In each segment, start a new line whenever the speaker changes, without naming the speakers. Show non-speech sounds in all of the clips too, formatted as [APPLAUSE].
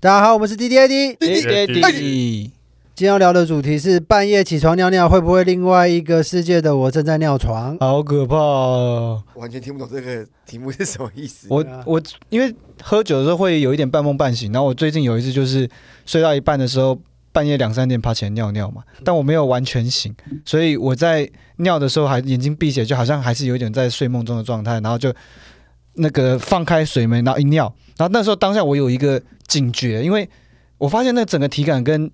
大家好，我们是 D D A D。
滴
滴
滴滴，
今天要聊的主题是半夜起床尿尿会不会另外一个世界的我正在尿床？
好可怕、哦！
完全听不懂这个题目是什么意思。 [LAUGHS]
我我因为喝酒的时候会有一点半梦半醒，然后我最近有一次就是睡到一半的时候，半夜两三点爬起来尿尿嘛，但我没有完全醒，所以我在尿的时候还眼睛闭起来，就好像还是有一点在睡梦中的状态，然后就那个放开水门，然后一尿，然后那时候当下我有一个警觉，因为我发现那整个体感跟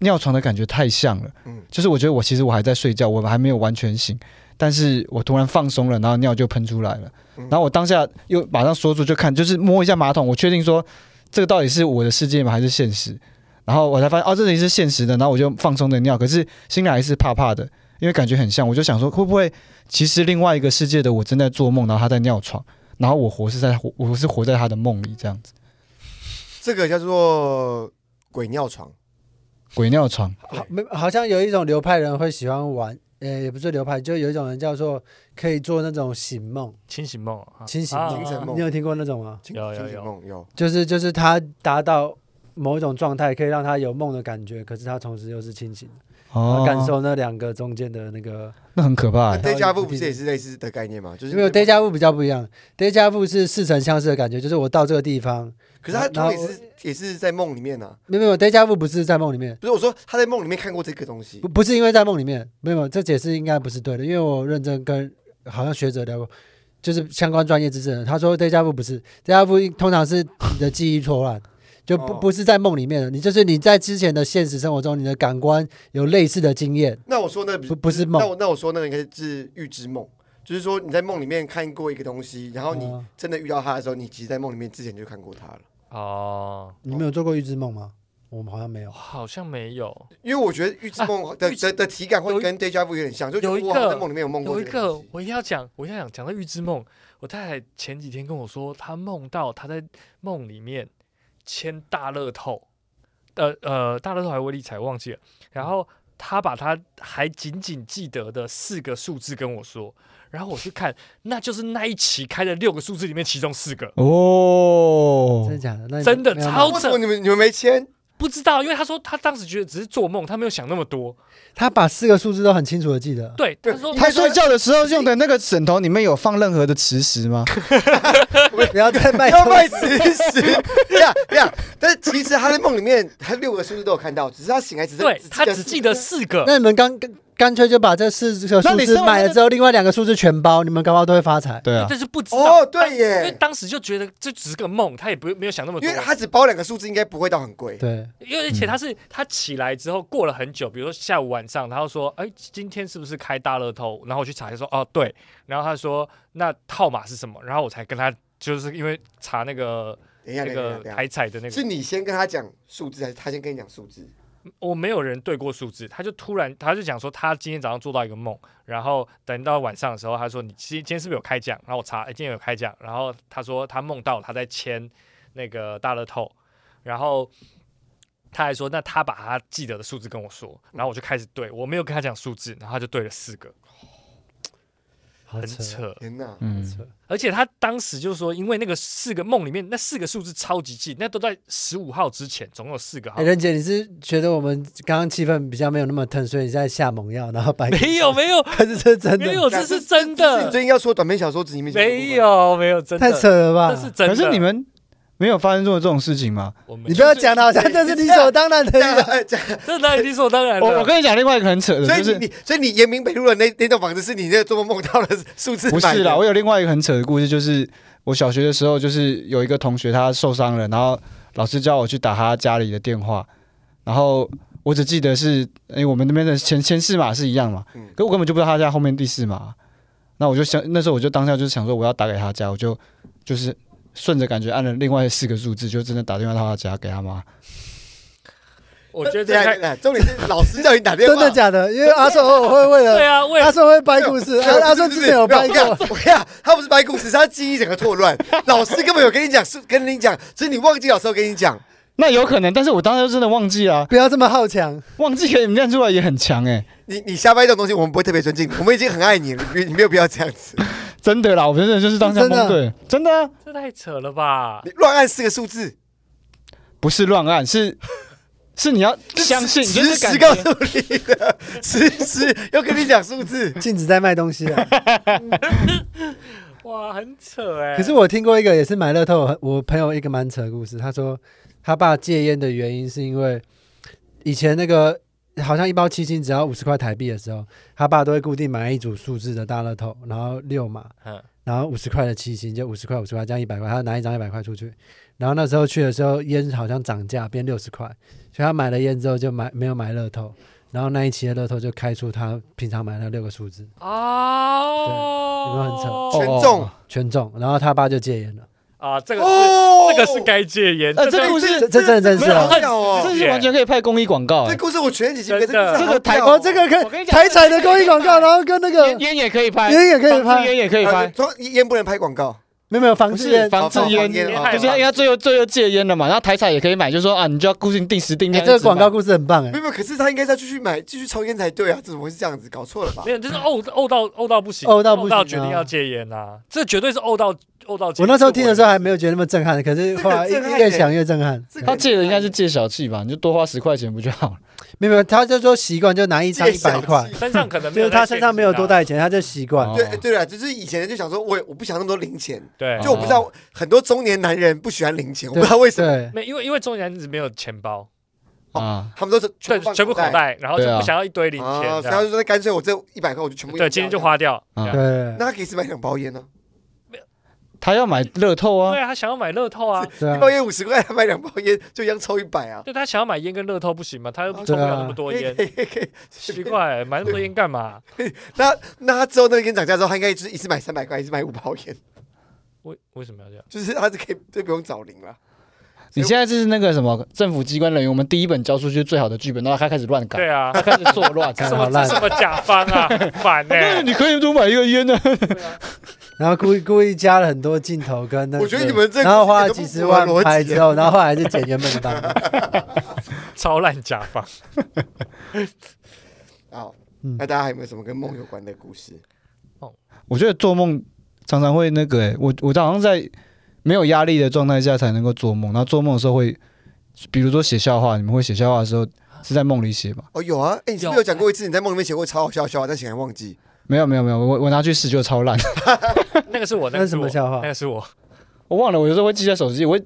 尿床的感觉太像了，
嗯
就是我觉得我其实我还在睡觉，我还没有完全醒，但是我突然放松了，然后尿就喷出来了，
嗯
然后我当下又马上缩住就看，就是摸一下马桶，我确定说这个到底是我的世界吗还是现实？然后我才发现哦，这里是现实的，然后我就放松的尿，可是心里还是怕怕的，因为感觉很像，我就想说会不会其实另外一个世界的我正在做梦，然后他在尿床，然后我活是在活我是活在他的梦里这样子，
这个叫做鬼尿床，
鬼尿床，
好，没好像有一种流派人会喜欢玩，呃，也不是流派，就有一种人叫做可以做那种醒梦。
清醒梦啊，
清醒
啊
梦清醒梦
你有听过那种吗？
清
有有
清醒
有
梦有。
就是就是他达到某一种状态，可以让他有梦的感觉，可是他同时又是清醒的，然后
哦，
感受那两个中间的那个。
那很可怕
那
欸，
deja vu 不是也是类似的概念吗？就是
没有 deja vu 比较不一样，deja vu 是似曾相识的感觉，就是我到这个地方，
可是他
然后
他也是也是在梦里面啊。
没有没有 deja vu 不是在梦里面。
不是我说他在梦里面看过这个东西
不，不是因为在梦里面，没有，没有这解释应该不是对的，因为我认真跟好像学者聊过，就是相关专业知识的人，他说 deja vu 不是 deja vu，通常是你的记忆错乱，就不
哦
不是在梦里面的，你就是你在之前的现实生活中，你的感官有类似的经验，
那我说那
不不是梦
嗯那我那我说那个应该是预知梦，就是说你在梦里面看过一个东西，然后你
哦
真的遇到他的时候，你其实在梦里面之前就看过他了。
哦，
你们有做过预知梦吗？我们好像没
哦
有。
好像没有。
因为我觉得预知梦的
预
的的体感
有
会
一
跟 deja vu 有点像，就觉
有
得
一
我好像
个
在梦里面有梦过
有一
这东
个
西
我一定要讲，我一定要讲，讲到预知梦，我太太前几天跟我说，她梦到她在梦里面签大乐透，呃呃，大乐透还是威力彩忘记了，然后她把她还仅仅记得的四个数字跟我说，然后我去看，那就是那一期开的六个数字里面其中四个。
哦
真的，假的？那你
真的
没有吗
超
为什么你们你们没签？
不知道，因为她说她当时觉得只是做梦，她没有想那么多。
他把四个数字都很清楚的记得，
对，她说
应
他
该说
睡觉的时候用的那个枕头里面有放任何的磁石吗？
不 [LAUGHS] 要再卖
要卖磁石， [LAUGHS] 呀呀！但是其实他在梦里面，他六个数字都有看到，只是他醒来只是
对，她只记得
四
四 [LAUGHS] 个。
那你们刚干脆就把这四个
那
数
你
字
送
买
那
了
个
之后，另外两个数字全包，你们搞不好都会发财。
对啊，
但是不知道
哦，对
因为
耶，
当时就觉得这只是个梦，他也不没有想那么
因
多
为，他只包两个数字，应该不会到很贵。
对，
因为而且他是他起来之后过了很久，比如说下午晚上，他就说，哎，今天是不是开大乐透？然后我去查一下说，哦对，然后他说那号码是什么？然后我才跟他就是因为查那个
等一下，
那
等一
个
下，等一下
台彩的那
是
个，
你先跟他讲数字，还是他先跟你讲数字？
我没有人对过数字，他就突然他就讲说他今天早上做到一个梦，然后等到晚上的时候，他说你今今天是不是有开奖？然后我查，哎，今天有开奖。然后他说他梦到他在签那个大乐透，然后他还说那他把他记得的数字跟我说，然后我就开始对，我没有跟他讲数字，然后他就对了四个，
好
很
扯，
扯。
天哪！
很
嗯，
扯。
而且他当时就说，因为那个四个梦里面那四个数字超级近，那都在十五号之前，总共有四个号
哎，。任姐，你是觉得我们刚刚气氛比较没有那么腾，所以你在下猛药，然后白
没有没有
[LAUGHS] 还是这是真的
没有，这是真
是你
的，
最近要说短篇小说集里面讲的部分 [LAUGHS]
没，有没有真的
太，扯了吧
这？是真的。
可是你们没有发生过这种事情吗？
我们
你不要讲的好像这是理所当然的一
这样
样。
哎这样
这哪里理所当然了？
我我跟你讲另外一个很扯的，
所
就是
以你所以你延平北路的那那栋房子是你那个做梦梦到的数字
不
买
是
的
啦，我有另外一个很扯的故事，就是我小学的时候，就是有一个同学他受伤了，然后老师叫我去打他家里的电话，然后我只记得是，哎、我们那边的前前四码是一样嘛
嗯，
可我根本就不知道他家后面第四码，那我就想那时候我就当下就是想说我要打给他家，我就就是顺着感觉按了另外四个数字，就真的打电话到他家给他妈，
我觉得这
对啊
太
对啊重点是老师叫你打电话，
[LAUGHS] 真的假的？因为阿寿偶尔会为
对
了
啊，为
阿
了
寿会掰故事，
没有
阿阿寿啊之前有掰
没有
过。
我跟你讲，他不是掰故事，是他记忆整个错乱。老师根本有跟你讲，是跟你讲，只是你忘记老师有跟你讲。
那有可能，但是我当时就真的忘记了啊、
不要这么好强，
忘记可以念出来也很强哎、
你你瞎掰这种东西，我们不会特别尊敬你，我们已经很爱你了，你你没有必要这样子。
真的啦，我真的就是当下
真的
蒙对，真的啊、
这太扯了吧？
你乱按四个数字，
不是乱按，是是你要相信，就
实
是感
时告
觉
诉你的，实时要跟你讲数字。
禁止在卖东西啊。
哇，很扯哎、
可是我听过一个也是买乐透，我朋友一个蛮扯的故事，他说他爸戒烟的原因是因为以前那个好像一包七星只要五十块台币的时候，他爸都会固定买一组数字的大乐透，然后六码，
嗯
然后五十块的七星就五十块五十块这样一百块，他拿一张一百块出去，然后那时候去的时候烟好像涨价变六十块，所以他买了烟之后就买没有买乐透。然后那一期的乐透就开出他平常买的六个数字
哦，
有没有很扯
哦
全中
全中，然后他爸就戒烟了。
啊？这个是、
哦
这个是该戒烟，
呃，这个
是
故事
哦这这真的真
没
是
有
啊，
很屌哦
这是完全可以拍公益广告、
这
欸，
故事我前几集没
真的
这故事
这个台
好
哦，
屌
这个
我
可
跟
以
你讲
台彩的公益广告，然后跟那个
烟烟也可以拍，
烟也可以
防治
拍，
烟也可以
啊
拍，
从烟不能拍广告，
没有没有防
不
治
是
烟。
防治烟，
烟
啊
害
就是因为他最后最后戒烟了嘛，然后台彩也可以买，就说啊，你就要固定定时定
你
量、
这个广告，故事很棒哎
没有，没有，可是他应该是要继续买，继续抽烟才对啊！怎么会是这样子？搞错了吧
没？有，就是怄怄到怄到不行，
怄到不行啊
决定要戒烟呐、这绝对是怄到怄到戒
我
烟。
那时候听的时候
这
还没有觉得那么震撼，可是后来
这个震撼欸
越想越震撼。
这
他
个
戒的应该是戒小气吧，你就多花十块钱不就好了？
没有没有，他就说习惯就拿一张
这
一百块，
我身上可能没
就
有
是
在
他身上没有多
限
带钱，他就习惯
哦。
对对了，就是以前就想说，我我不想那么多零钱，
制啊，对，
就我不知道很多中年男人不喜欢零钱，我不知道为什么，
对，
没因为因为中年人没有钱包，
啊，
他们都是
对，
部放
全部口
袋
袋，然后就
对啊
不想要一堆零
啊，
钱
然
这
后
样，
就说干脆我这一百块我就全部用
对，今天
掉
就。花
啊
掉。
嗯
这样
对
那他可以是买两包烟呢，
他要买乐透啊
对，啊，他想要买乐透啊，
对
一
啊
包，烟五十块，他买两包烟就一样抽一百啊。
对他想要买烟跟乐透不行吗？他又
啊
抽不
对
了
啊
那么多
可以
[LAUGHS]
烟
可，以可以可以
奇怪，买那么多烟干嘛？
那那他之后那个烟涨价之后，他应该就是一次买三百块，一次买五包烟，
为为什么要这样？
就是他是可以就不用找零了。
你现在是那个什么政府机关人员，我们第一本交出去最好的剧本，然后他开始乱改
对，啊，
他开始作乱，
干
什
好
么
烂
这什么甲
[LAUGHS]
方啊，很烦呢、
那 [LAUGHS] 你可以多买一个烟啊呢、
然后故意故意加了很多镜头跟那个，
我觉得你们这
然后花
一
了
点都
几
不
十
符合
万
逻辑啊
拍之后，然后后来就剪原本的版
[LAUGHS]
本。
超烂甲方。
好，
嗯
那大家还有没有什么跟梦有关的故事？
我觉得做梦常常会那个、欸，我我好像在没有压力的状态下才能够做梦，然后做梦的时候会，比如说写笑话，你们会写笑话的时候是在梦里写吧？
哦，有啊，哎、你是不是
有
有讲过一次你在梦里面写过超好笑的笑话，但显然忘记？
没有没有没有，我我拿去试就超烂，
那个是我，那
那是
个是
什么
我，
笑话
那？个是我。
我忘了，我有时候会记在手机，我会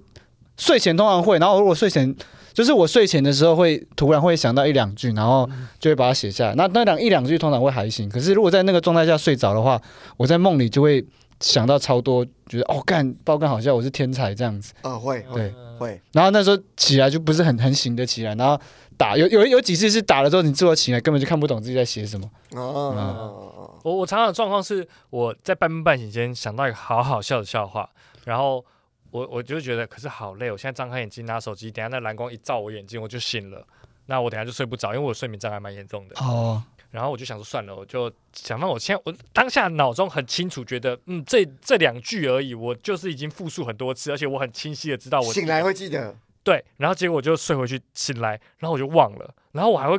睡前通常会，然后如果睡前就是我睡前的时候会突然会想到一两句，然后就会把它写下来。那那两一两句通常会还行，可是如果在那个状态下睡着的话，我在梦里就会想到超多，觉得哦干爆干好笑，我是天才这样子。
啊、会
对
嗯
会，
然后那时候起来就不是很很醒得起来，然后打有有有几次是打了之后你自我起来根本就看不懂自己在写什么。
哦，
我我常常的状况是，我在半梦半醒间想到一个好好笑的笑话，然后我我就觉得，可是好累，我现在张开眼睛拿手机，等一下那蓝光一照我眼睛，我就醒了。那我等一下就睡不着，因为我睡眠障碍蛮严重的。
哦，
然后我就想说算了，我就想让我现在我当下脑中很清楚，觉得嗯，这这两句而已，我就是已经复述很多次，而且我很清晰的知道我
醒来会记得，
对，然后结果我就睡回去，醒来，然后我就忘了，然后我还会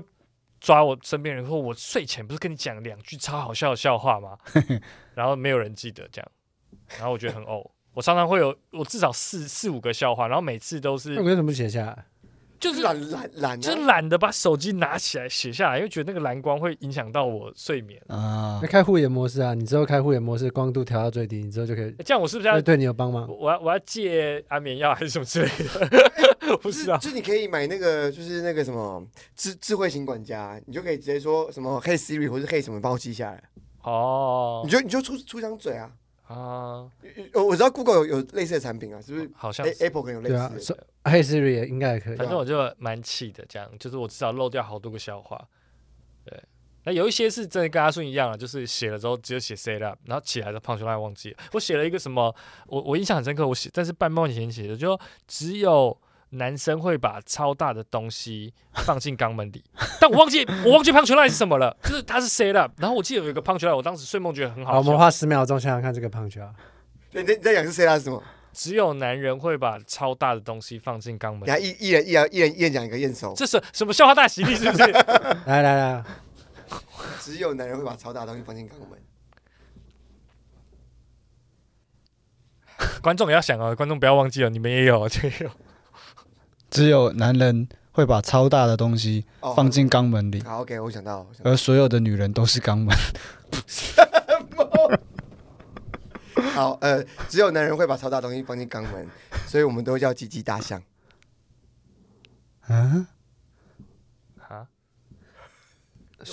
抓我身边人说，我睡前不是跟你讲两句超好笑的笑话吗？ [LAUGHS] 然后没有人记得这样，然后我觉得很呕。我常常会有，我至少四四五个笑话，然后每次都
那
是
我为什么不写下来？
就是
懒懒懒
就
啊，
懒得把手机拿起来写下来，因为觉得那个蓝光会影响到我睡眠。
啊
那，开护眼模式啊，你之后开护眼模式，光度调到最低，你之后就可以。
诶这样我是不是要
会对你有帮忙？
啊我我要我要戒安眠药还是什么之类的？ [LAUGHS] 我不
就
知
是
道。
就是你可以买那个就是那个什么智智慧型管家，你就可以直接说什么 Hey Siri 或者 Hey 什么帮我记下来，
哦
你就你就出出张嘴啊。
啊，
我我知道 Google 有有类似的产品啊，是不是
好哦像
？A
是
Apple 可能有类
对啊
似的，
所黑 Siri 也应该也可以。
反正我就蛮气的，这样就是我至少漏掉好多个笑话。对，那有一些是真的跟阿顺一样啊，就是写了之后只有写 set up，然后起来的胖熊还忘记了。我写了一个什么，我我印象很深刻，我写但是半梦以前写的，就只有男生会把超大的东西放进肛门里， [LAUGHS] 但我忘记我忘记胖熊 line 是什么了，就是它是 set up。然后我记得有一个胖熊 line，我当时睡梦觉得很
好，
好
我们
笑，
花十秒钟想想看这个胖球啊，
对，你在你在讲是谁啦？是什么？
只有男人会把超大的东西放进肛门
你。还一一人一人一人一人讲一个验收，
这是什么笑话大喜力是不是？
[LAUGHS]
来来来，
只有男人会把超大的东西放进肛门。
哦
[LAUGHS]
观众也要想哦，观众不要忘记了，你们也有，这个有。
只有男人会把超大的东西
哦
放进肛门里，
好，OK，我想到了，我想到
而所有的女人都是肛门。
了好，呃，只有男人会把超大的东西放进肛门，所以我们都叫鸡鸡大象。
啊，
啊？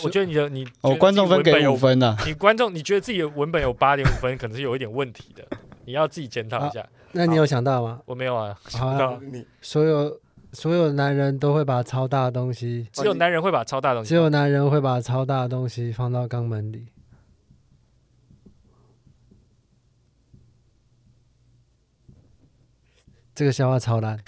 我觉得你的你
哦，观众分
文本
给
有
五分啊呐、
[LAUGHS] 你观众，你觉得自己的文本有八点五分，可能是有一点问题的，你要自己检讨
[LAUGHS]
一下。
那你有想到吗？
我没有啊，
好
想不到
啊
啊，
你
所有所有男人都会把超大的东西，
只有男人会把超大的东
只
西。
有男人会把超大的东西放到肛门里。这个笑话超烂，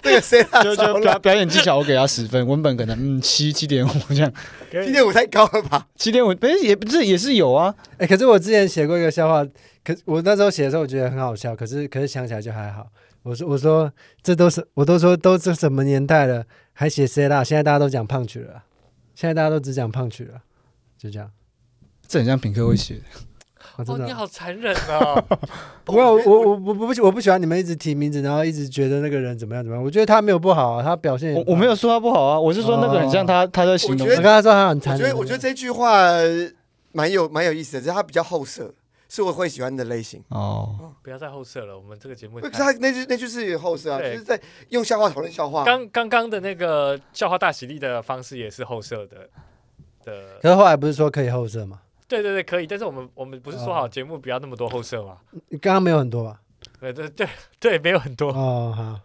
这个谁大
就
超
就
了？
表表演技巧我给他十分，文本可能嗯七七点五这样，
可
今
以
天我太高了吧？
七点五，哎也不是也是有啊，
哎、可是我之前写过一个笑话，可我那时候写的时候我觉得很好笑，可是可是想起来就还好。我说我说这都是我都说都这什么年代了，还写谁啦？现在大家都讲胖曲了啊，现在大家都只讲胖曲了，就这样。
这很像品客会写的。
我、真
哦，
的、
你好残忍哦！
[LAUGHS]
不过我我我我不不我不喜欢你们一直提名字，然后一直觉得那个人怎么样怎么样。我觉得他没有不好啊，他表现也
我我没有说他不好啊，我是说那个很像他，他在形容
我
我
觉
跟
得
他说他很
我
残
觉
忍。
得我觉得这句话蛮有蛮有意思的，只是它比较后色，是我会喜欢的类型。
哦，
不要再后设了，我们这个节目
可是他那句那句是有后色啊，就
对
是在用笑话讨论笑话。
刚刚刚的那个笑话大喜利的方式也是后设的的，
可是后来不是说可以后设吗？
对对对，可以。但是我们我们不是说好
嗯
节目不要那么多后设吗？
你刚刚没有很多吧？
对对对对，没有很多。 [LAUGHS]
哦，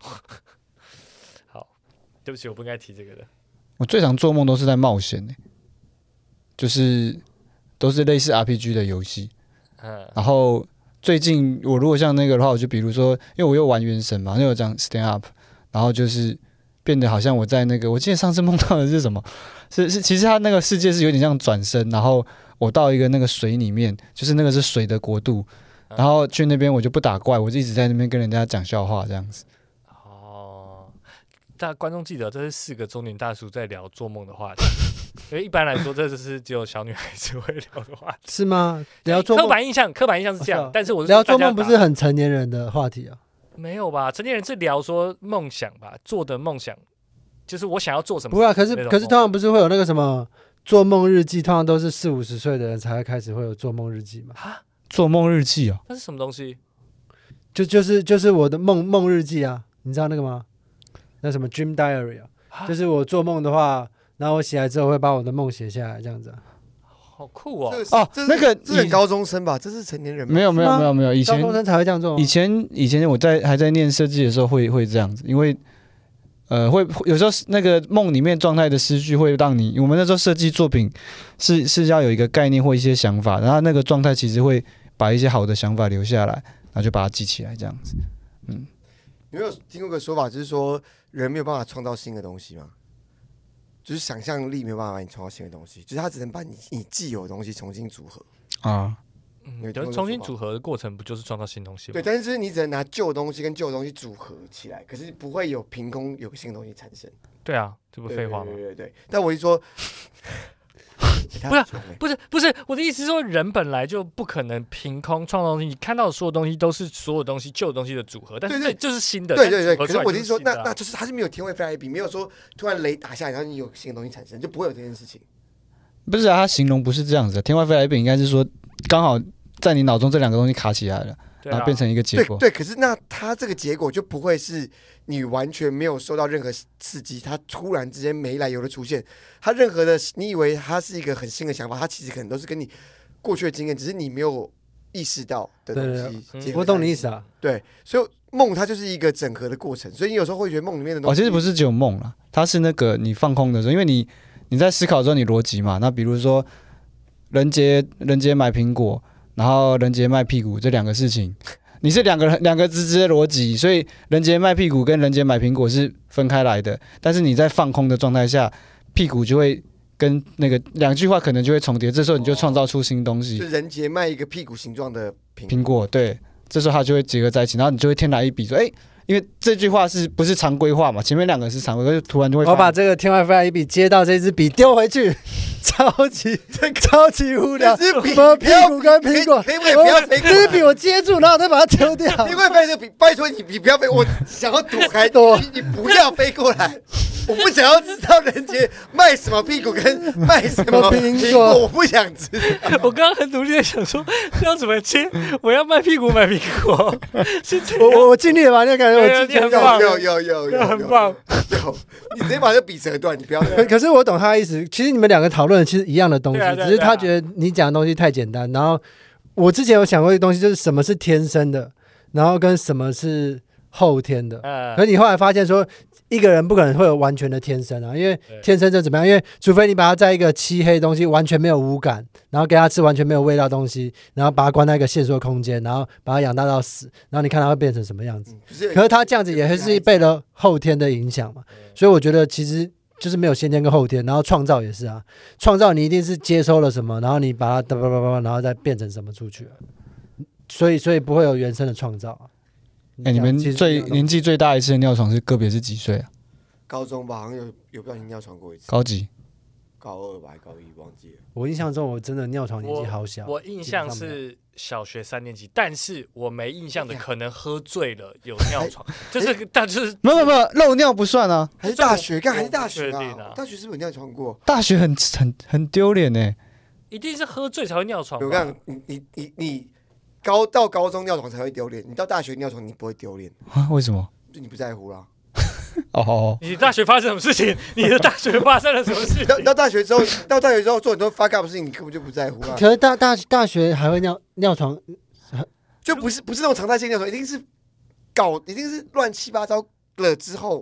好，
对不起，我不应该提这个的。
我最常做梦都是在冒险呢、欸就是都是类似 RPG 的游戏。
嗯，
啊
然后最近我如果像那个的话，我就比如说，因为我又玩原神嘛，又有讲 stand up，然后就是变得好像我在那个，我记得上次梦到的是什么？是是，其实它那个世界是有点像转身，然后我到一个那个水里面，就是那个是水的国度，
啊
嗯
然后去那边我就不打怪，我就一直在那边跟人家讲笑话这样子。
哦，大家观众记得，这是四个中年大叔在聊做梦的话题， [LAUGHS] 因为一般来说，这就是只有小女孩子会聊的话题。
是
[LAUGHS]
吗？聊做
刻
梦，
板印象，刻板印象是
我
这
知
样
道，
但是我是
聊
说
做
大家
梦不
打
是很成年人的话题啊？
没有吧？成年人是聊说梦想吧，做的梦想，就是我想要做什么。
不会啊，可是
那种哦
可是
梦
通常不是会有那个什么做梦日记，通常都是四五十岁的人才会开始会有做梦日记嘛？
啊，
做梦日记哦，
那是什么东西？
就就是就是我的梦梦日记啊，你知道那个吗？那什么 dream diary 啊，
啊
就是我做梦的话，然后我起来之后会把我的梦写下来，这样子、啊。
好酷哦！
哦
这是
那个
这是
以
高中生吧？这是成年人吧
没有没
是
有
吗
没有没有，以
高
前
中生才会这样
哦
做吗
以？前以前我在还在念设计的时候会会这样子，因为呃会有时候是那个梦里面状态的诗句会让你，我们那时候设计作品是是要有一个概念或一些想法，然后那个状态其实会把一些好的想法留下来，然后就把它记起来这样子。
你没有听过个说法，就是说人没有办法创造新的东西吗？就是想象力没有办法把你创造新的东西，就是他只能把你你既有的东西重新组合。
啊，
嗯
有
等
这
重新
种
组合的过程不就是创造新东西吗
对，？但是你只能拿旧东西跟旧东西组合起来，可是不会有凭空有新的东西产生。
对啊，这不
对
废话吗
对？对对对。但我
[LAUGHS]
一说，
不是啊
他很凶欸
不是不是，我的意思是说，人本来就不可能凭空创造东西，你看到的所有东西都是所有东西旧的东西的组合，但是
对
这就是新的。
对
但
对对，
组合
可
出
是
来
我
就
的
是
意思说，
新
那
的啊
那就是他是没有天外飞来一笔，没有说突然雷打下来，然后你有新的东西产生，就不会有这件事情。
不是啊，它形容不是这样子的，天外飞来一笔应该是说刚好在你脑中这两个东西卡起来了，
对
然
啊
后变成一个结
对
果。
对，可是那他这个结果就不会是你完全没有受到任何刺激，他突然之间没来由的出现，他任何的你以为他是一个很新的想法，他其实可能都是跟你过去的经验，只是你没有意识到的
对
东
对
西
对
结合在一起。
我懂你意思啊，
对，所以梦它就是一个整合的过程，所以你有时候会觉得梦里面的东
哦，
西，
其实不是只有梦啦，它是那个你放空的时候，因为你你在思考之后，你逻辑嘛。那比如说，人杰人杰买苹果，然后人杰卖屁股这两个事情，你是两个两个直直的逻辑，所以人杰卖屁股跟人杰买苹果是分开来的。但是你在放空的状态下，屁股就会跟那个两句话可能就会重叠，这时候你就创造出新东西
就，人杰卖一个屁股形状的苹
苹果对，这时候它就会结合在一起，然后你就会天来一笔说，哎、因为这句话是不是常规化嘛？前面两个是常规，可是突然就会
我把
发
这个天外飞来一笔接到这支笔丢回去， [LAUGHS] 超级
这个
超级无聊。
这支笔
什么
啊不要
屁股跟苹果，
可以可以不要
我
飞过
这
来
支笔我接住，然后再把它丢
[LAUGHS]
掉。
你会飞这笔，拜托你，你不要飞，我想要躲
[LAUGHS]
开
躲
你，你不要飞过来， [LAUGHS] 我不想要知道人家卖什么屁股跟卖什
苹
么
果
苹果，我不想知道。
[LAUGHS] 我刚刚很努力的想说 [LAUGHS] 要怎么接，我要卖屁股 [LAUGHS] 买苹果，是这
我
样
我我尽力了吧？那个感觉我
对啊
尽
你
力
很
了
棒
有有有有有，
很
[LAUGHS]
棒。
有，你直接把这笔折断，你不要。
可可是我懂他的意思，其实你们两个讨论的其实一样的东西，
对啊对啊
只是他
对
觉得你讲的东西太简单。然后我之前有想过一个东西，就是什么是天生的，然后跟什么是后天的。
嗯
可，是你后来发现说，一个人不可能会有完全的天生啊，因为
对
天生就怎么样？因为除非你把它在一个漆黑的东西完全没有五感，然后给它吃完全没有味道的东西，然后把它关在一个限缩空间，然后把它养大到死，然后你看它会变成什么样子。
不是
[LAUGHS] 可是它这样子也还是被了后天的影响嘛，所以我觉得其实就是没有先天跟后天，然后创造也是啊，创造你一定是接收了什么，然后你把它叭叭叭叭，然后再变成什么出去啊，所以所以不会有原生的创造、啊。
哎、你们
其实
最
一样的
年纪最大一次的尿床是个别是几岁啊？
高中吧，好像有有不小心尿床过一次，
高级
高二吧，还高一忘记了。
我印象中我真的尿床年纪好小，
我印象是小学三年级，但是我没印象的可能喝醉了有尿
[LAUGHS]
床，
哎
就是但就是
没有没有没有漏尿不算啊，
还是大学，干还是
我不
大学
确定啊？
啊大学是不是有尿床过？
大学很很很丢脸欸呢。
一定是喝醉才会尿床吧。
我跟你讲，你你你你高到高中尿床才会丢脸，你到大学尿床你不会丢脸，
啊，为什么？
就你不在乎啦。
哦哦哦，
你大学发生什么事情？你的大学发生了什么
[LAUGHS]
事 [LAUGHS]
到
情？
到大学之后，到大学之后做很多 fuck up 的事情，你根本就不在乎
[LAUGHS]
啦。
可是大大大学还会尿尿
[LAUGHS]
床，
哦就不是不是那种常态性尿床，一定是搞，一定是乱七八糟了之后，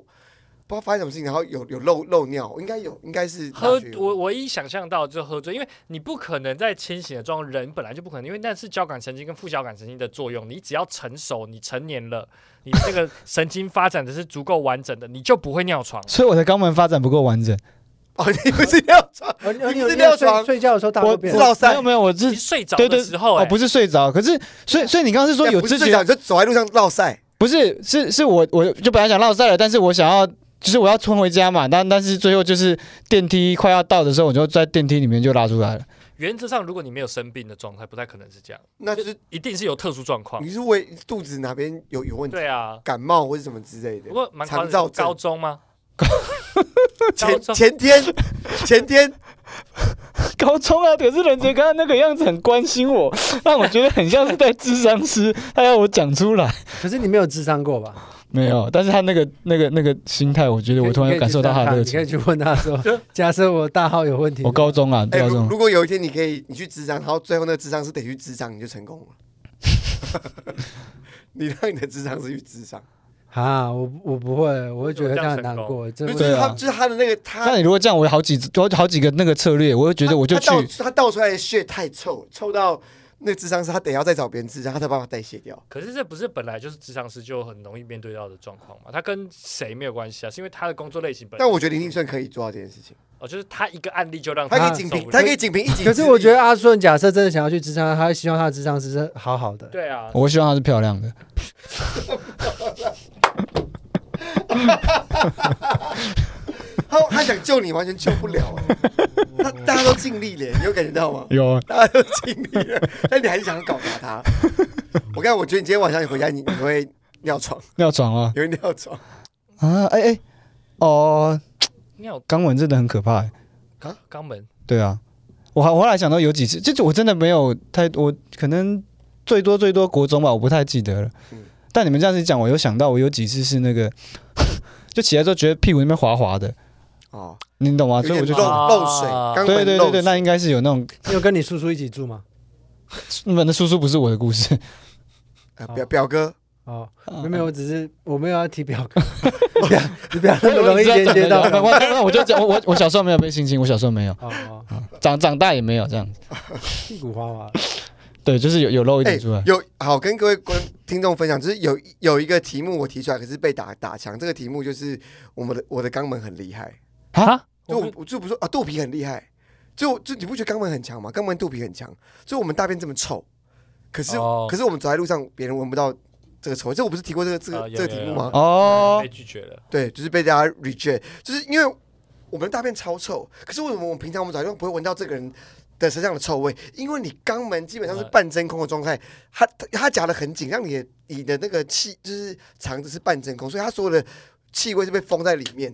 不知道发生什么事情，然后有有漏漏尿，应该有，应该是
喝
大学有
我我一想象到就喝醉，因为你不可能在清醒的状况，人本来就不可能，因为那是交感神经跟副交感神经的作用。你只要成熟，你成年了，你这
[LAUGHS]
个神经发展的是足够完整的，你就不会尿床。
所以我的肛门发展不够完整。
[LAUGHS] 哦，你不是尿床，
而
你不是尿床
呃睡觉的时候大
我
小
我没
便
知。道塞
有没有，我
你
是
睡着
对
的
对
时候、
哦
哎，
不是睡着，可是所以所以你刚刚是说有
不
知
是
觉
睡觉你就走在路上落晒，
不是，是是我我就本来想落塞了，但是我想要就是我要冲回家嘛，但但是最后就是电梯快要到的时候，我就在电梯里面就拉出来 [LAUGHS] 了。
原则上，如果你没有生病的状态，不太可能是这样，
那就是
一定是有特殊状况
你。是胃肚子哪边有有问题，
对啊，
感冒或者什么之类的
不。过蛮夸
肠
张
道
的
症
高中
[LAUGHS]
吗？高
前
中
前天前天
高中啊，可是人杰刚刚那个样子很关心我，让我觉得很像是在智商师，他要我讲出来。
可是你没有智商过吧？
没有，但是他那个那个那个心态，我觉得我突然感受到他的热
你可以
情。
去问他说， [LAUGHS] 假设我大号有问题，
我高中啊，
哎，
高
如
中
如果有一天你可以你去智商，然后最后那个智商是得去智商，你就成功了。
[LAUGHS]
你让你的智商是去智商，
啊，我我不会，我会觉得他很难过，真
就
的
是
会
对啊
他就是他的那个他
那你如果这样，我有好几我有好几个那个策略，我就觉得我就去
他。他倒他倒出来的血太臭，臭到那个智商是他得要再找别人治，然后他才把它代谢掉。
可是这不是本来就是智商师就很容易面对到的状况嘛？他跟谁没有关系啊？是因为他的工作类型本来
但我觉得林立顺可以做到这件事情，
哦，就是他一个案例就让
他可以
受
仅
不
凭，
了
他可以仅凭一己之力。
可是我觉得阿顺假设真的想要去智商，他会希望他的智商是好好的。
对啊，
哦
我希望她是漂亮的，
他他想救你，完全救不了、欸他大家都尽力了，你有感觉到吗？
有啊
大家都尽力了， [LAUGHS] 但你还是想要搞砸他。我刚才我觉得你今天晚上你回家，你你会尿床， [LAUGHS]
尿床啊
你会尿床。
啊哎哎哦，
尿
肛门真的很可怕、欸。
肛门
对啊，我还我后来想到有几次，就是我真的没有太，我可能最多最多国中吧，我不太记得了。
嗯
但你们这样子讲，我有想到我有几次是那个， [LAUGHS] 就起来之后觉得屁股那边滑滑的，
哦，
你懂吗？
有
所以我
点
就
漏
觉得，
啊
漏水，肛
对
门
对
漏
对
水
对，。那应该是有那种，
你有跟你叔叔一起住吗？
那那叔叔不是我的故
[LAUGHS]
事，
呃表表哥，
哦，
嗯
没有，我只是我没有要提表哥，你不要你不要那么容易
我
连接到。
[LAUGHS] 我我我我就讲，我我我小时候没有被性侵，我小时候没有，
哦哦，
长长大也没有这样子，
屁股花滑，
对，就是有有露一
哎、
点出来，
有好跟各位观听众分享，就是有有一个题目我提出来，可是被打打枪。这个题目就是我们的我的肛门很厉害，
啊，
就
我
我
不
我就不说啊，肚皮很厉害，就就你不觉得肛门很强吗？肛门肚皮很强，所以我们大便这么臭，可是、
哦
可是我们走在路上，别人闻不到这个仇，这我不是提过这个这个、
啊有
这个
有
题
有
目吗？
哦
啊
被，拒绝了。
对，就是被大家 reject，就是因为我们的大便超臭，可是为什么我们平常我们早就不会闻到这个人的身上的臭味？因为你肛门基本上是半真空的状态，它它它夹得很紧，让你的你的那个气就是肠子是半真空，所以它所有的气味是被封在里面。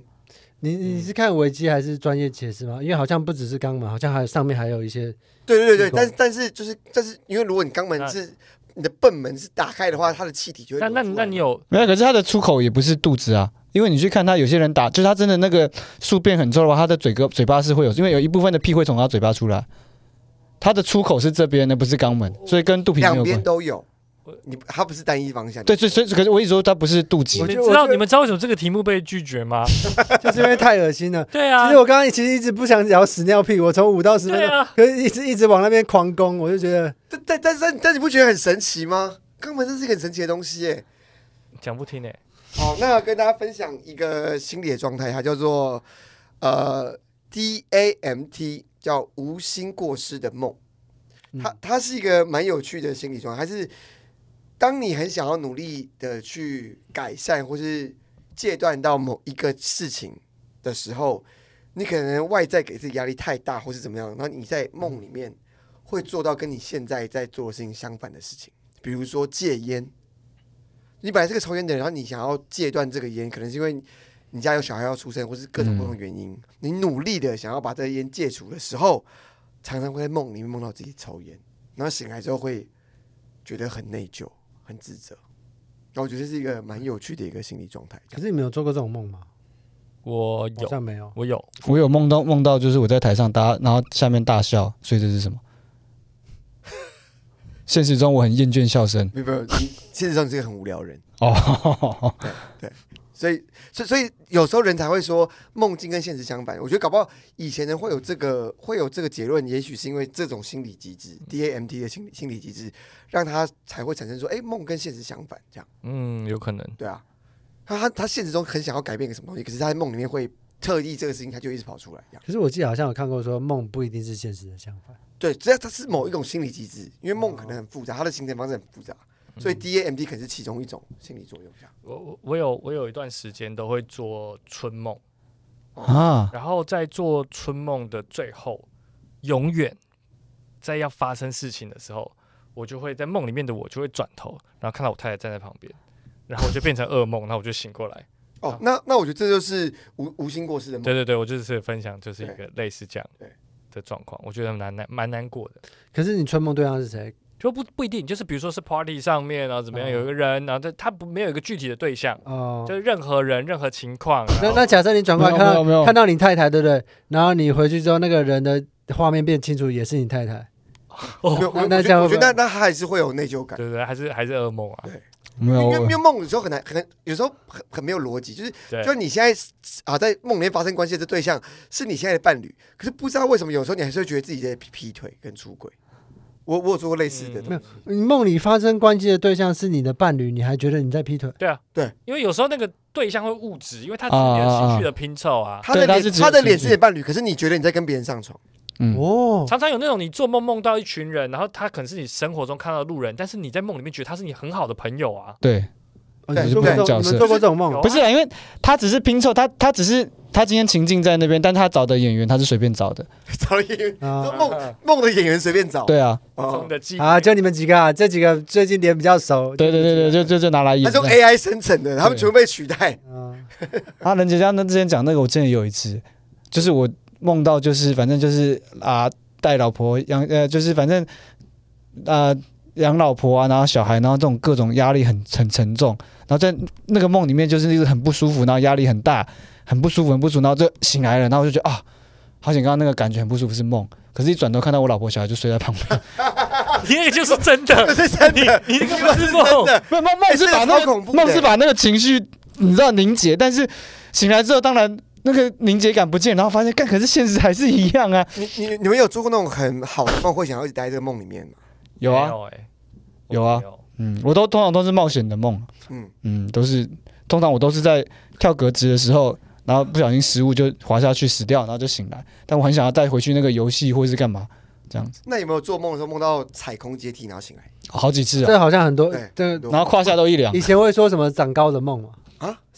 你你是看维基还是专业解释吗？因为好像不只是肛门，好像还有上面还有一些
对对对对，
奇怪
但是但是就是但是因为如果你肛门
那
是你的贲门是打开的话，它的气体就会
那那
流出来
那你有
没有，可是它的出口也不是肚子啊，因为你去看它，有些人打，就是他真的那个宿便很臭的话，他的嘴哥嘴巴是会有，因为有一部分的屁会从他嘴巴出来，它的出口是这边的，不是肛门，所以跟肚皮没
两
有
边
关。
都有，你它不是单一方向。
对，所以所以可是我一直说它不是肚脐
我
你
觉得
知
我
道
觉得
你们知道为什么这个题目被拒绝
[LAUGHS]
吗？
就是因为太恶心了。
对啊
其实，我刚刚其实一直不想聊屎尿屁，我从五到十分
对
钟，
啊，
可是一直一直往那边狂攻，我就觉得
但但但但但你不觉得很神奇吗？肛门真是一个很神奇的东西耶、
讲不听
欸
哎，
好，那跟大家分享一个心理的状态，它叫做呃 DAMT，叫无心过失的梦。它它是一个蛮有趣的心理状态，它是当你很想要努力的去改善或是戒断到某一个事情的时候，你可能外在给自己压力太大，或是怎么样，然后你在梦里面会做到跟你现在在做的事情相反的事情，比如说戒烟。你本来是个抽烟的人，然后你想要戒断这个烟，可能是因为你家有小孩要出生，或是各种不同的原因，你努力的想要把这个烟戒除的时候，常常会在梦里面梦到自己抽烟，然后醒来之后会觉得很内疚、很自责。然后我觉得这是一个蛮有趣的一个心理状态。
可是你们有做过这种梦吗？
我
好
有
像没有。
我有，
我有梦到梦到就是我在台上大，然后下面大笑，所以这是什么？ [LAUGHS] 现实中我很厌倦笑声
没有没有，你现实上你是个很无聊的人，
哦， [LAUGHS]
所以所以所以有时候人才会说梦境跟现实相反。我觉得搞不好以前人会有这个会有这个结论，也许是因为这种心理机制 DAMT 的心理心理机制，让他才会产生说，哎，梦跟现实相反这样。
嗯，有可能。
对啊，他他他现实中很想要改变个什么东西，可是他在梦里面会特意这个事情，他就一直跑出来这样。
可是我记得好像有看过说梦不一定是现实的相反。
对，只要它是某一种心理机制，因为梦可能很复杂，它的形成方式很复杂，所以 DAMD 可能是其中一种心理作用这样。
我我我有我有一段时间都会做春梦，
啊，
然后在做春梦的最后，永远在要发生事情的时候，我就会在梦里面的我就会转头，然后看到我太太站在旁边，然后我就变成噩梦，然后我就醒过来。
哦，那那我觉得这就是无无心过失的梦。
对对对，我就是分享，就是一个类似这样
对
的状况，我觉得蛮难蛮难过的。
可是你春梦对象是谁？
就不不一定，就是比如说是 party 上面，然啊后怎么样，
嗯
有一个人，然后他他不没有一个具体的对象，
哦、
就是任何人任何情况。啊
那
然后
那假设你转过来
没
看
有没有没
到
有
看到你太太，对不对？然后你回去之后，那个人的画面变清楚，也是你太太。
没有，我
哦那
我
那
觉
这样
得我
会不会
觉得那那他还是会有内疚感，
对对对，还是还是噩梦啊。
没
因
有
为因为梦有时候很难，很有时候很很没有逻辑，就是
对，
就你现在啊在梦里面发生关系的对象是你现在的伴侣，可是不知道为什么有时候你还是会觉得自己在劈劈腿跟出轨。我我有做过类似的东西
嗯
你梦里发生关系的对象是你的伴侣，你还觉得你在劈腿？
因为有时候那个对象会物质，因为他只是你的情绪的拼凑啊。
他的
对他
脸，
是只有
他的脸
情
是
绪
你的伴侣，可是你觉得你在跟别人上床， [LAUGHS]
嗯
哦，
常常有那种你做梦梦到一群人，然后他可能是你生活中看到的路人，但是你在梦里面觉得他是你很好的朋友啊。
对，
哦
对
你做过这
就不
种
能
你
角色
们做过这种梦
有？
不
哦
是啊，因为他只是拼凑，他他只是他今天情境在那边，但他找的演员他是随便找的，
找演员，
啊
说梦梦的演员随便找，
对啊，
哦
中，的记忆
啊，
[LAUGHS]
就你们几个啊，这几个最近脸比较熟。
对对对对，就就就拿来演
他。是用 AI 生成的，他们全部被取代。
嗯，
啊，人家那之前讲那个，我之前有一次，就是我梦到就是反正就是啊带老婆养呃就是反正啊养老婆啊，然后小孩，然后这种各种压力很很沉重，然后在那个梦里面就是一直很不舒服，然后压力很大，很不舒服很不舒服，然后就醒来了，然后我就觉得啊，好险刚刚那个感觉很不舒服是梦，可是一转头看到我老婆小孩就睡在旁边。
你那个就是真
[LAUGHS]
的，
这是真的，
嗯你你那
这
个不
是
是
真
梦，
的，
没有梦
哎
梦是把
这个
那
超
个
恐怖的
梦是把那个情绪你知道凝结，但是醒来之后当然那个凝结感不见，然后发现干可是现实还是一样啊。
你你你们有做过那种很好的梦，会想要一直待在这个梦里面吗？
有
没
啊，
哎
有啊
我没有
嗯，我都通常都是冒险的梦，
嗯，
嗯，都是通常我都是在跳格子的时候，然后不小心失误就滑下去死掉，然后就醒来，但我很想要带回去那个游戏或是干嘛，这样子，
那有没有做梦的时候梦到踩空阶梯然后醒来？
好几次啊，
这好像很多
对，
这
有
然后胯下都一凉
以。前会说什么长高的梦嘛，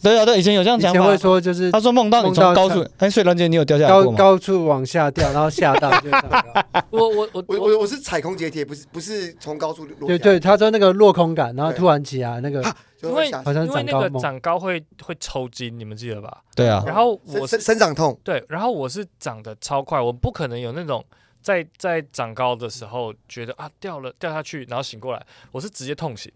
对啊，对，以前有这样
以
讲
前会
法。啊
说就是
他说梦到你从
梦到
高处，哎，所以兰姐你有掉下来
高
过吗？
高处往下掉，然后吓到就长高。
我我我
我我我是踩空阶梯，不是不是从高处
对
落下来，啊
对，他说那个落空感，然后突然起来那个
就
因
会
为
吓
好像
因为
长
那
高
个
梦，
长高会会抽筋，你们记得吧？
对啊，
然后
生
我是
生生长痛，
对，然后我是长得超快，我不可能有那种在在长高的时候觉得啊掉了掉下去，然后醒过来，我是直接痛醒。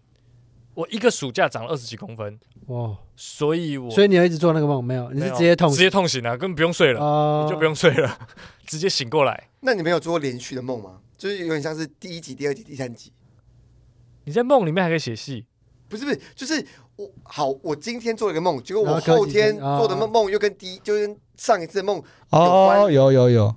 我一个暑假长了二十几公分，
哇！
所以我
哦所以你有一直做那个梦没有？你
没
是
有
直接痛
直接痛醒啊，根本不用睡了，
啊
你就不用睡了，直接醒过来。
那你们有做过连续的梦吗？就是有点像是第一集、第二集、第三集，
你在梦里面还可以写戏，
不是不是，就是我好，我今天做了一个梦，结果
然
我
后隔几
后天
天啊
做的梦梦又跟第一，就跟上一次的梦
哦，有有有，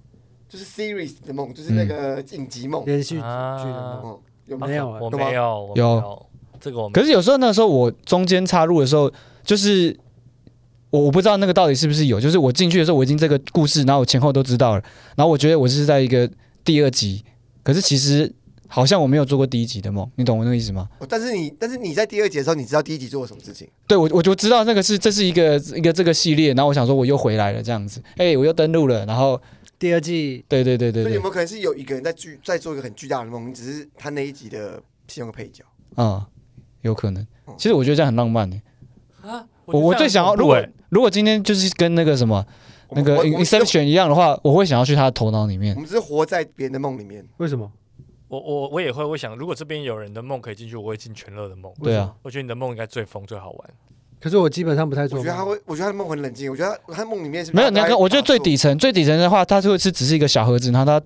就是 series 的梦，就是那个影集梦。
连续剧的
啊
梦。
哦，有
嗯没有啊
我
有吗
没有，我没
有
有，这个我没
可是有时候那时候我中间插入的时候，就是我我不知道那个到底是不是有，就是我进去的时候我已经这个故事，然后我前后都知道了，然后我觉得我是在一个第二集，可是其实好像我没有做过第一集的梦，你懂我那个意思吗？
哦但是你，但是你在第二集的时候，你知道第一集做了什么事情？
对，我我就知道那个是这是一个一个这个系列，然后我想说我又回来了这样子，哎、我又登录了，然后
第二季
对对对对
所以
对
有没，有可能是有一个人在巨在做一个很巨大的梦，你只是他那一集的其中一个配角？
嗯，有可能，其实我觉得这样很浪漫呢、
啊。
我我最想要，如果如果今天就是跟那个什么
我
那
们
个
欸我我们只是
Inception 一样的话，我会想要去他的头脑里面
我。们只是活在别人的梦里面。
为什么？
我我我也会，我想如果这边有人的梦可以进去，我会进全乐的梦。
对啊，
我觉得你的梦应该最疯最好玩。
可是我基本上不太
我
做
觉得他
梦。
会，我觉得他的梦很冷静。我觉得他他梦里面是
没有，你要
看，
看，我觉得最底层最底层的话，它就是只是一个小盒子，然后它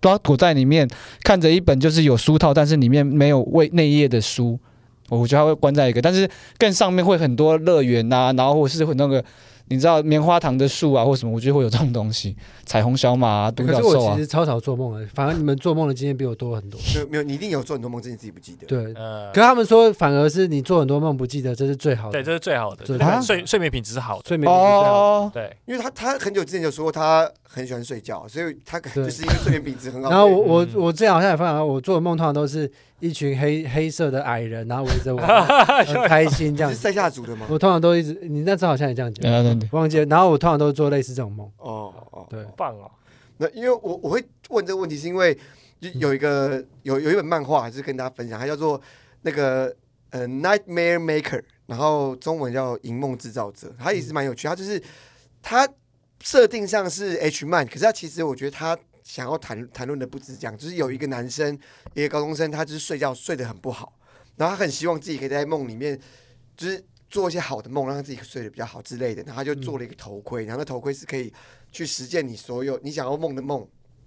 都要躲在里面，看着一本就是有书套，但是里面没有未内页的书。我觉得它会关在一个，但是更上面会很多乐园呐、然后或是会那个你知道棉花糖的树啊，或什么，我觉得会有这种东西，彩虹小马啊，独
可
角
是我
兽啊
其。实超少做梦的，反而你们做梦的经验比我多很多。
没有没有，你一定有做很多梦，只是你自己不记得。
对，
呃
可，他们说反而是你做很多梦不记得，这是最好的
对，。这是最好的，
对
就是
啊
睡睡眠品质是好的。
睡眠不是最好的。
哦，
对，
因为他他很久之前就说过他很喜欢睡觉，所以他可能
对
就是因为睡眠品质很好。
然后我我
嗯
我之前好像也发现，啊我做的梦通常都是一群黑黑色的矮人，然后围
[LAUGHS]
着我，很开心这样
所以你是
子。
塞下族的吗？
我通常都一直，你那次好像也这样
对
讲，
啊对对，
忘记了。然后我通常都是做类似这种梦。
哦哦，
对
棒哦，
那因为我我会问这个问题，是因为就有一个有有一本漫画，还是跟大家分享，它叫做那个呃《Nightmare Maker》，然后中文叫《银梦制造者》，它也是蛮有趣。它就是它设定上是 H man，可是它其实我觉得它想要谈谈论的不止这样，就是有一个男生，一个高中生，他就是睡觉睡得很不好，然后他很希望自己可以在梦里面就是做一些好的梦，让自己睡得比较好之类的。然后他就做了一个头盔，然后那头盔是可以去实践你所有你想要梦的梦，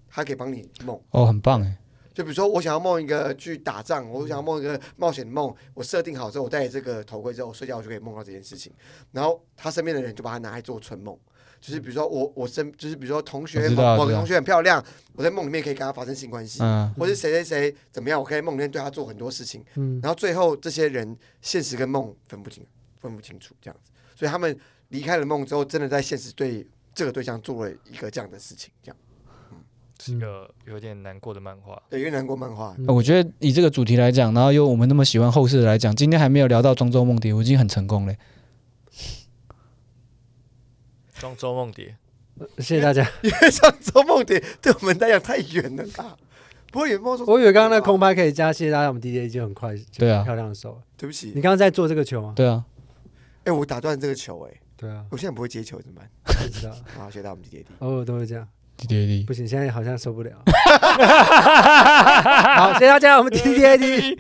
它可以帮你梦。
哦，很棒哎，
就比如说，我想要梦一个去打仗，我想要梦一个冒险的梦，我设定好之后，我戴着这个头盔之后，我睡觉我就可以梦到这件事情。然后他身边的人就把它拿来做春梦，就是比如说我我身就是比如说同学
我知
某
道
某
知
个
道
同学很漂亮，我在梦里面可以跟她发生性关系，
嗯，
或是谁谁谁怎么样，我可以在梦里面对她做很多事情。
嗯，
然后最后这些人现实跟梦分不清分不清楚这样子，所以他们离开了梦之后，真的在现实对这个对象做了一个这样的事情，这样
是一个有点难过的漫画。
对，因为难过
[LAUGHS]
漫画，
哦我觉得以这个主题来讲，然后又我们那么喜欢后世的来讲，今天还没有聊到庄周梦蝶，我已经很成功了。
庄周梦蝶，
谢谢大家。
因为上周梦蝶对我们来讲太远了啦。不过有梦说，
我以为刚刚那空拍可以加，谢谢大家，我们 DJ 已经很快，
对啊
漂亮的手了。
对不起，
你刚刚在做这个球吗？
对啊，
哎、我打断这个球、哎，
对啊，
我现在不会接球怎么办？
不知道，
好，谢谢大家我们弟弟。
偶尔都会这样。
滴滴滴。
不行， [LAUGHS] [LAUGHS] 现在好像受不了。好，谢谢大家，我们 D D A D。